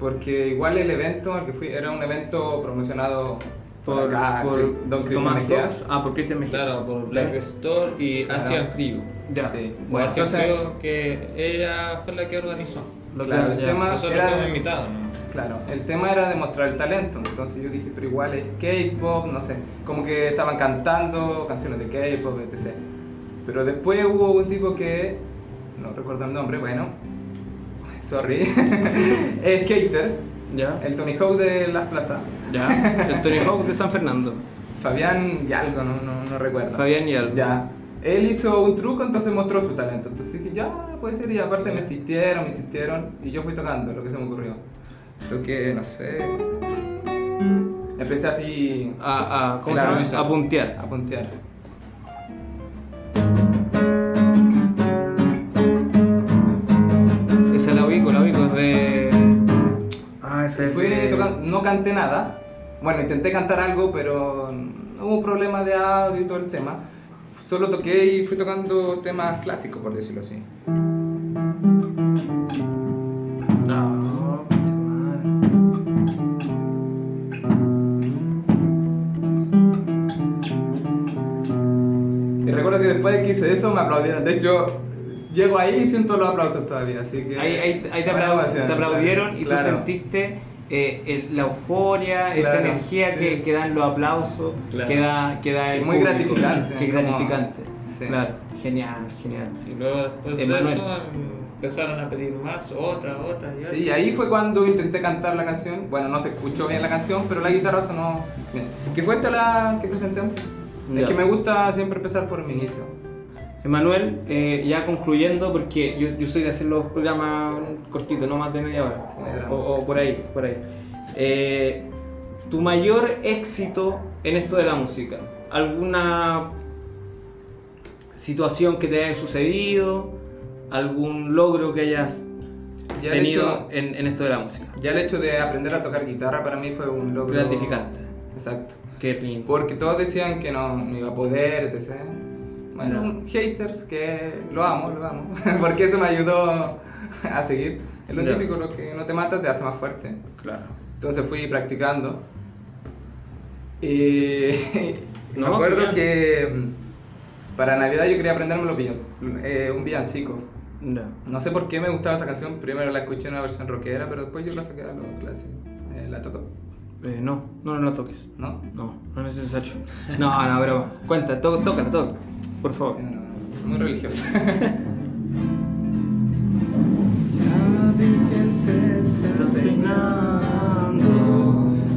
C: porque igual el evento al que fui era un evento promocionado
A: por,
C: acá,
A: por
C: Don Cristian
A: Tomás
C: Mejía.
A: Dobbs. Ah, por Cristian Mejía.
B: Claro, por Black Store y
C: Claro.
B: Asian Crew.
A: Ya.
C: Sí.
B: Bueno,
C: Bueno,
B: Asian
C: entonces-
B: Crew que ella fue la que organizó.
A: Lo que-
C: Claro, el
A: ya.
C: tema- Ah,
B: Nosotros
C: era-
B: fuimos invitados, ¿no?
C: Claro, el tema era demostrar el talento, entonces yo dije, pero igual es K-pop, no sé, como que estaban cantando canciones de K-pop, etc. Pero después hubo un tipo que, no recuerdo el nombre, bueno, (laughs) sorry, (laughs) es skater,
A: Ya.
C: el Tony Hawk de las plazas,
A: Ya. El Tony Hawk de San Fernando.
C: Fabián y algo, no, no, no recuerdo.
A: Fabián Yal.
C: Ya, él hizo un truco, entonces mostró su talento, entonces dije, ya, puede ser, y aparte me insistieron, me insistieron, y yo fui tocando lo que se me ocurrió. Toqué, no sé. Empecé así
A: A, a, ¿cómo
C: Claro,
A: se
C: eso.
A: llama? A puntear.
C: a puntear.
A: Esa la ubico, la ubico, es de. Ah, esa
C: Y
A: es
C: Fui
A: de-
C: tocando, no canté nada. Bueno, intenté cantar algo, pero hubo problemas de audio y todo el tema. Solo toqué y fui tocando temas clásicos, por decirlo así.
A: No.
C: Y recuerdo que después de que hice eso me aplaudieron. De hecho, llego ahí y siento los aplausos todavía, así que...
A: Ahí, ahí, ahí te,
C: Buena
A: aplau-
C: emoción,
A: te aplaudieron y
C: claro.
A: tú sentiste eh, el- la euforia, esa
C: Claro,
A: energía
C: sí.
A: que, que dan los aplausos,
B: Claro.
A: que da, que da
C: Que
A: el
C: muy
A: público.
C: gratificante,
A: Que es
C: como-
A: gratificante.
C: Sí.
A: Claro, genial, genial.
B: Y luego después de
A: Emanuel.
B: eso empezaron a pedir más, otra, otra y otra.
C: Sí, y ahí fue cuando intenté cantar la canción. Bueno, no se escuchó bien la canción, pero la guitarra sonó bien. Que fue esta la que presenté antes. Es
A: Ya.
C: que me gusta siempre empezar por mi inicio.
A: Emanuel, eh, ya concluyendo, porque yo, yo soy de hacer los programas cortitos, no más de media hora,
C: Sí, no hay drama.
A: o, o por ahí, por ahí. Eh, tu mayor éxito en esto de la música, alguna situación que te haya sucedido, algún logro que hayas
C: Ya el,
A: tenido eh,
C: hecho,
A: en, en esto de la música,
C: ya el hecho de aprender a tocar guitarra para mí fue un logro.
A: gratificante.
C: Exacto.
A: Qué lindo.
C: Porque todos decían que no, no iba a poder, etc. Bueno,
A: Ya.
C: haters que lo amo, lo amo. (laughs) Porque eso me ayudó a seguir. Es lo
A: Ya.
C: típico, lo que no te mata te hace más fuerte.
A: Claro.
C: Entonces fui practicando. Y (laughs)
A: No,
C: me acuerdo
A: genial.
C: que mm, para Navidad yo quería aprenderme los villan- eh, un villancico.
A: Ya.
C: No sé por qué me gustaba esa canción. Primero la escuché en una versión rockera, pero después yo la saqué a los clásicos. Eh, la tocó,
A: Eh, no, no, no la toques.
C: ¿no?
A: No, no es necesario. No, no, broma. Cuenta, to tócala, tócala. Por favor.
C: Bueno, Muy religiosa.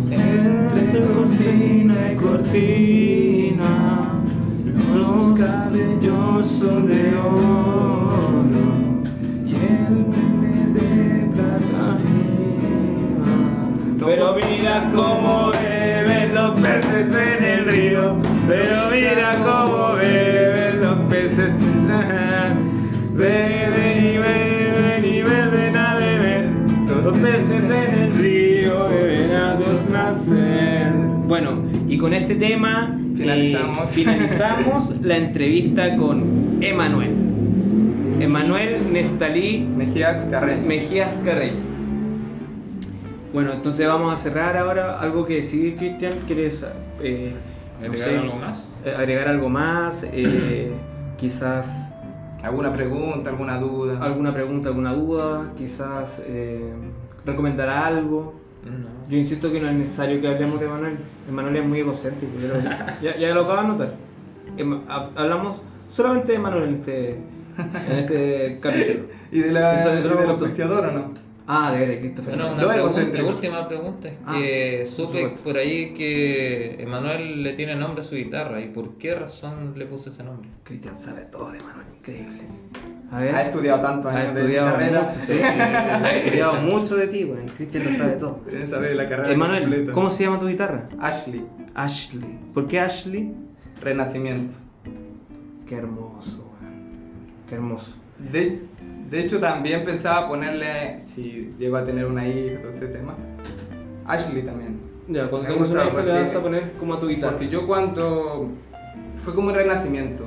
A: Entre cortina y cortina, los cabellos son de oro y el meme de plata. Pero mira cómo beben los peces en el río, pero mira cómo beben los peces en el Beben y beben y beben a beber, los peces en el río beben a nacer. Bueno, y con este tema
C: Finalizamos.
A: finalizamos la entrevista con Emanuel. Emanuel Nestalí
C: (laughs) Mejías Carreño.
A: Mejías Carreño. Bueno, entonces vamos a cerrar ahora. Algo que decidir, Cristian. ¿Quieres eh, no
B: ¿Agregar
A: sé,
B: algo más?
A: eh, agregar algo más? eh, (clears throat) quizás
C: ¿Alguna pregunta, alguna duda?
A: alguna pregunta, alguna duda. Quizás eh, recomendar algo.
B: Mm, No.
A: Yo insisto que no es necesario que hablemos de Manuel. Manuel es muy egocéntrico. yo
B: (laughs)
A: lo- ya, ya lo acabo de notar. Em- hab- hablamos solamente de Manuel en este, en este capítulo.
C: ¿Y de la,
A: Eso- eso
C: y
A: no me
C: de la
A: gustó.
C: auspiciadora, no?
A: Ah, de ver, Cristo Fernández.
B: Bueno, una
C: No,
B: pregunta,
C: egocéntrico.
B: última pregunta es
A: Ah,
B: que
A: por
B: supe
A: supuesto.
B: por ahí que Emanuel le tiene nombre a su guitarra y por qué razón le puso ese nombre.
A: Cristian sabe todo de Manuel, increíble. A
C: Ha estudiado tantos
A: ¿Eh? ha
C: años de
A: estudiado
C: carrera.
A: Mucho,
C: (laughs)
A: sí. ha estudiado mucho de ti, weón. Cristian lo sabe todo.
C: Deben saber la carrera
A: Emanuel,
C: completa.
A: ¿cómo se llama tu guitarra?
C: Ashley,
A: Ashley. ¿Por qué Ashley?
C: Renacimiento.
A: Qué hermoso, weón. Qué hermoso.
C: De, de hecho, también pensaba ponerle, si llego a tener una hija, todo este tema, Ashley también.
A: Ya,
C: cuando Me tengas gusta una hija le porque- vas a
A: poner como a tu
C: Porque yo cuando... Fue como un renacimiento.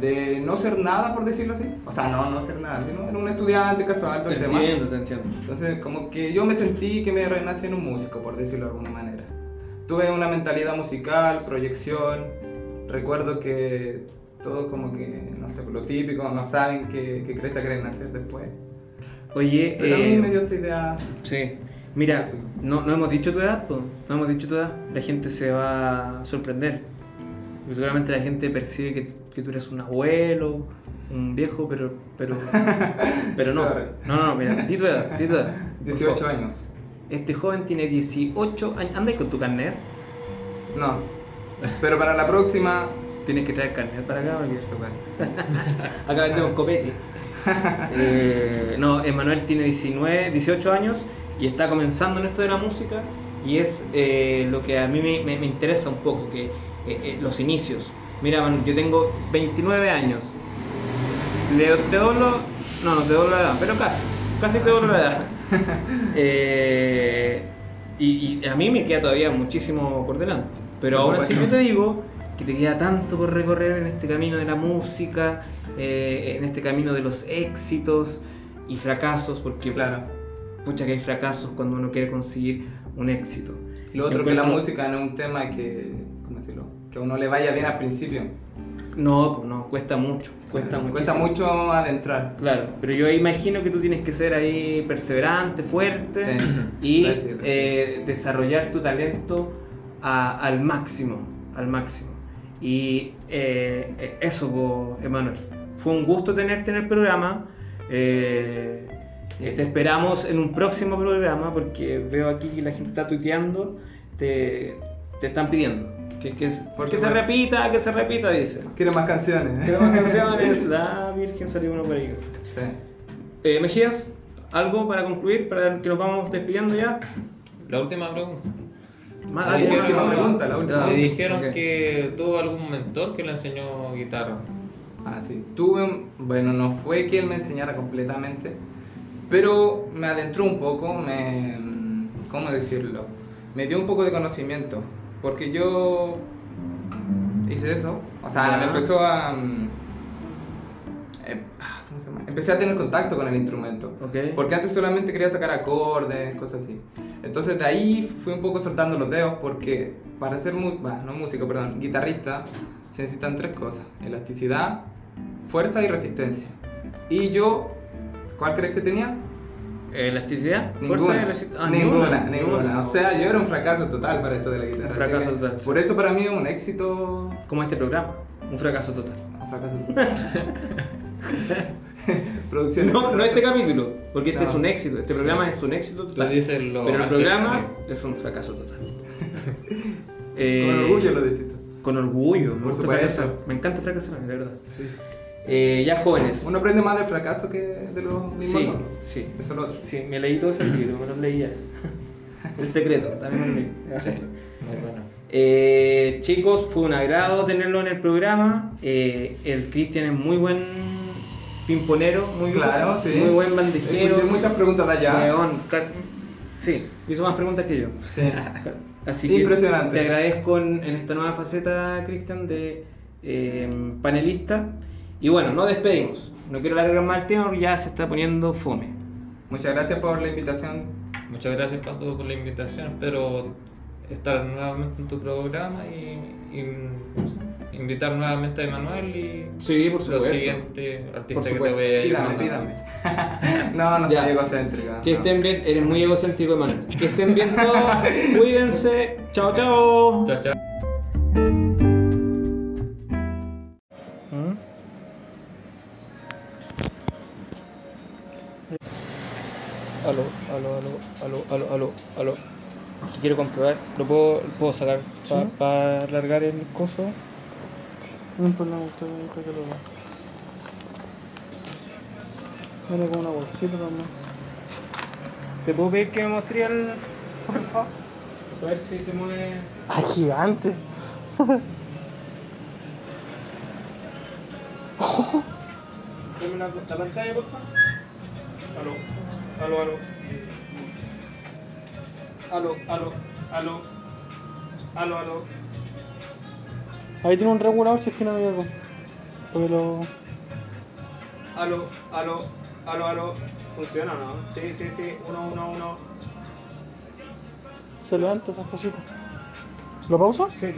C: De no ser nada, por decirlo así. O sea, no, no ser nada, sino era un estudiante casual, todo
A: Te
C: el este tema.
A: entiendo, te entiendo.
C: Entonces, como que yo me sentí que me renací en un músico, por decirlo de alguna manera. tuve una mentalidad musical, proyección. Recuerdo que todo como que, no sé, lo típico, no saben qué, qué cresta quieren hacer después.
A: Oye,
C: Pero a mí
A: eh,
C: me dio esta idea.
A: sí. Mira,
C: Sí, sí.
A: no, no hemos dicho tu edad, po. no hemos dicho tu edad. La gente se va a sorprender. Porque seguramente la gente percibe que, que tú eres un abuelo, un viejo, pero
C: (laughs)
A: pero, pero no.
C: Sorry.
A: No, no, no, mira, di tu edad, di tu edad. por
C: 18
A: favor.
C: años.
A: Este joven tiene 18 años. Anda ahí con tu carnet.
C: No. Pero para la próxima.
A: Tienes que traer carnet para acá porque
C: Por supuesto.
A: Acá vendemos
C: (laughs)
A: copete. Eh, no, Emanuel tiene 19, 18 años y está comenzando en esto de la música y es eh, lo que a mí me, me- me interesa un poco, que eh, eh, los inicios. Mira, Manu, yo tengo 29 años. Le, te doblo, no, no te doblo la edad, pero casi, casi te doblo la
C: (laughs)
A: edad. Eh, y, y a mí me queda todavía muchísimo por delante. Pero
C: Por
A: ahora sí yo
C: supuesto.
A: te digo que te queda tanto por recorrer en este camino de la música, eh, en este camino de los éxitos y fracasos, porque
C: Claro.
A: pucha que hay fracasos cuando uno quiere conseguir un éxito.
C: Lo otro
A: Yo
C: que la
A: encuentro-
C: música no es un tema que. ¿Cómo decirlo? Que a uno le vaya bien al principio.
A: No, pues no, cuesta mucho, cuesta mucho.
C: Cuesta mucho adentrar.
A: Claro, pero yo imagino que tú tienes que ser ahí perseverante, fuerte
C: Sí,
A: y
C: (clears throat) parece, parece.
A: eh, desarrollar tu talento a- al máximo, al máximo. Y eh, eh, eso, po, Emanuel. Fue un gusto tenerte en el programa. eh, eh, te esperamos en un próximo programa porque veo aquí que la gente está tuiteando, te, te están pidiendo. Que, que,
C: Por
A: que se
C: supuesto.
A: repita, que se repita,
C: (laughs)
A: dice.
C: Quiero más canciones.
A: Creo que canciones, la Virgen salió una por ahí.
C: (laughs) Sí.
A: Eh, Mejías, ¿algo para concluir? Para que nos vamos despidiendo ya.
B: La última pregunta.
A: Más-
B: La
A: algo
B: última
A: para-
C: pregunta, Ah, la última.
A: Ya,
B: Me dijeron
A: ok.
B: que tuvo algún mentor que le enseñó guitarra.
C: Ah, sí. Tuve un... Bueno, no fue que él me enseñara completamente, pero me adentró un poco, me... mm, ¿Cómo decirlo? Me dio un poco de conocimiento, porque yo hice eso. O sea,
A: Ya.
C: me empezó a... mm, eh, ah, ¿Cómo se llama? Empecé a tener contacto con el instrumento.
A: Ok.
C: Porque antes solamente quería sacar acordes, cosas así. Entonces de ahí fui un poco soltando los dedos porque para ser mu- bah, no músico, perdón, guitarrista se necesitan tres cosas: elasticidad, fuerza y resistencia. Y yo, ¿cuál crees que tenía?
A: ¿Elasticidad?
C: Ninguna,
A: ¿Fuerza? y elasi- ah,
C: ninguna, ninguna. O sea, yo era un fracaso total para esto de la guitarra.
A: Un fracaso
C: así que
A: total.
C: Por eso para mí es un éxito.
A: Como este programa, un fracaso total.
C: Un fracaso
A: (laughs)
C: total. (laughs) Producción.
A: No, no este capítulo, porque este
C: No.
A: es un éxito. Este
C: Sí.
A: programa es un éxito
B: Tú
A: total.
B: dices lo
A: Pero el
B: anterior.
A: programa es un fracaso total.
C: (laughs)
A: Eh,
C: Con orgullo lo decís. tú.
A: Con orgullo, me
C: Por
A: gusta
C: supuesto.
A: fracasar. Me encanta fracasar, de verdad.
C: Sí.
A: Eh, ya jóvenes.
C: Uno aprende más del fracaso que de los mismos
A: Sí,
C: logros.
A: sí.
C: Eso es lo otro.
A: Sí, me leí todo ese libro, me lo leí
C: (laughs)
A: ya. El secreto, también me
C: Ah,
A: lo leí.
B: Sí, muy bueno.
A: Eh, chicos, fue un agrado tenerlo en el programa. Eh, el Cristian es muy buen pimponero, muy,
C: claro,
A: buen,
C: sí.
A: muy buen bandejero.
C: Escuché muchas preguntas de allá.
A: Weón, ca- Sí, hizo más preguntas que yo.
C: Sí.
A: Así
C: Impresionante.
A: Que te agradezco en, en esta nueva faceta, Cristian, de eh, panelista. Y bueno, no despedimos. No quiero alargar más el tema porque ya se está poniendo fome.
C: (laughs) Muchas gracias por la invitación.
B: Muchas gracias Pato por la invitación, espero estar nuevamente en tu programa y, y invitar nuevamente a Emanuel y
A: Sí, por
B: los siguientes
A: Por
B: artistas que te
A: supuesto.
B: voy a
C: Pídame,
B: llamar.
C: pídame. (laughs) no, no
A: Ya.
C: soy egocéntrica.
A: Que
C: no.
A: estén bien, eres muy egocéntrico, Emanuel. Que estén bien todos, cuídense. Chao, chao.
B: Chao, chao.
A: Aló, aló, aló, aló, aló, aló, aló. Si quiero comprobar, lo puedo, puedo sacar para alargar el coso. No problema, usted creo que lo va. Viene con una bolsita también. ¿Te puedo pedir que me mostre el. por favor? A ver si se mueve.
E: ¡Ah, gigante!
A: Dame la, la pantalla, por favor. Aló, aló, aló. Aló, aló, aló. Aló, aló.
E: Ahí tiene un regulador si es que no me veo con. Porque lo.
A: Aló, aló, aló, aló. ¿Funciona o no? Sí, sí, sí. Uno, uno, uno.
E: se levanta esas cositas.
F: ¿Lo pauso?
E: Sí,